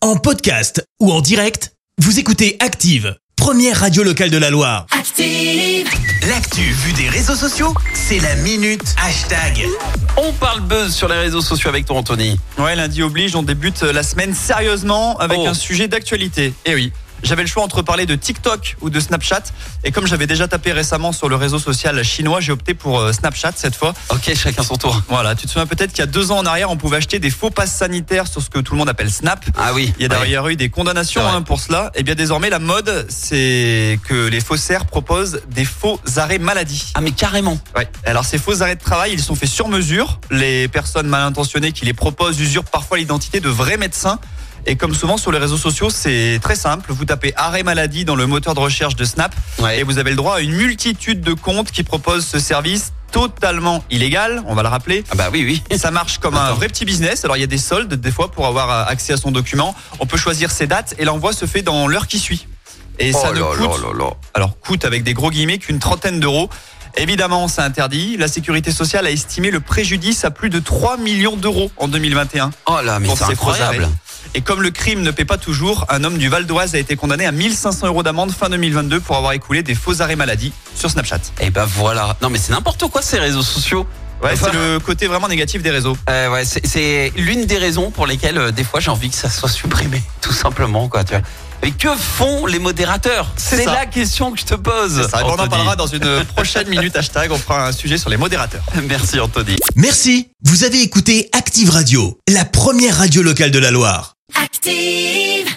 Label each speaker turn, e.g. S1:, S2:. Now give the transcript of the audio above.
S1: En podcast ou en direct, vous écoutez Active, première radio locale de la Loire.
S2: Active.
S3: L'actu vue des réseaux sociaux, c'est la minute hashtag.
S4: On parle buzz sur les réseaux sociaux avec toi, Anthony.
S5: Ouais, lundi oblige, on débute la semaine sérieusement avec
S4: Oh.
S5: un sujet d'actualité. Eh oui. J'avais le choix entre parler de TikTok ou de Snapchat. Et comme j'avais déjà tapé récemment sur le réseau social chinois, j'ai opté pour euh, Snapchat cette fois.
S4: Ok, chacun son tour.
S5: Voilà, tu te souviens peut-être qu'il y a deux ans en arrière, on pouvait acheter des faux passes sanitaires sur ce que tout le monde appelle Snap.
S4: Ah oui.
S5: Il y a derrière eu des condamnations
S4: C'est vrai.
S5: hein, pour cela. Et bien désormais, la mode, c'est que les faussaires proposent des faux arrêts maladie.
S4: Ah mais carrément.
S5: Ouais. Alors ces faux arrêts de travail, ils sont faits sur mesure. Les personnes mal intentionnées qui les proposent usurpent parfois l'identité de vrais médecins. Et comme souvent sur les réseaux sociaux, c'est très simple. Vous tapez arrêt maladie dans le moteur de recherche de Snap et
S4: Ouais.
S5: vous avez le droit à une multitude de comptes qui proposent ce service totalement illégal, on va le rappeler.
S4: Ah bah oui, oui.
S5: Ça marche comme un
S4: D'accord.
S5: vrai petit business. Alors il y a des soldes des fois pour avoir accès à son document. On peut choisir ses dates et l'envoi se fait dans l'heure qui suit. Et
S4: Oh
S5: ça ne coûte alors coûte avec des gros guillemets qu'une trentaine d'euros. Évidemment, c'est interdit. La sécurité sociale a estimé le préjudice à plus de 3 millions d'euros en 2021.
S4: Oh là, mais
S5: Pour
S4: c'est
S5: ces faux
S4: incroyable. hein.
S5: arrêts. Et comme le crime ne paie pas toujours, un homme du Val d'Oise a été condamné à 1500 euros d'amende fin 2022 pour avoir écoulé des faux arrêts maladie sur Snapchat.
S4: Et bah voilà. Non mais c'est n'importe quoi ces réseaux sociaux.
S5: Ouais,
S4: Enfin.
S5: c'est le côté vraiment négatif des réseaux.
S4: Euh, ouais, c'est- c'est l'une des raisons pour lesquelles euh, des fois j'ai envie que ça soit supprimé, tout simplement quoi. Tu vois. Mais que font les modérateurs
S5: C'est
S4: C'est
S5: ça.
S4: la question que je te pose.
S5: Ça, on en
S4: Anthony.
S5: parlera dans une prochaine minute hashtag. On fera un sujet sur les modérateurs.
S4: Merci Anthony.
S1: Merci, vous avez écouté Active Radio, la première radio locale de la Loire.
S2: Active.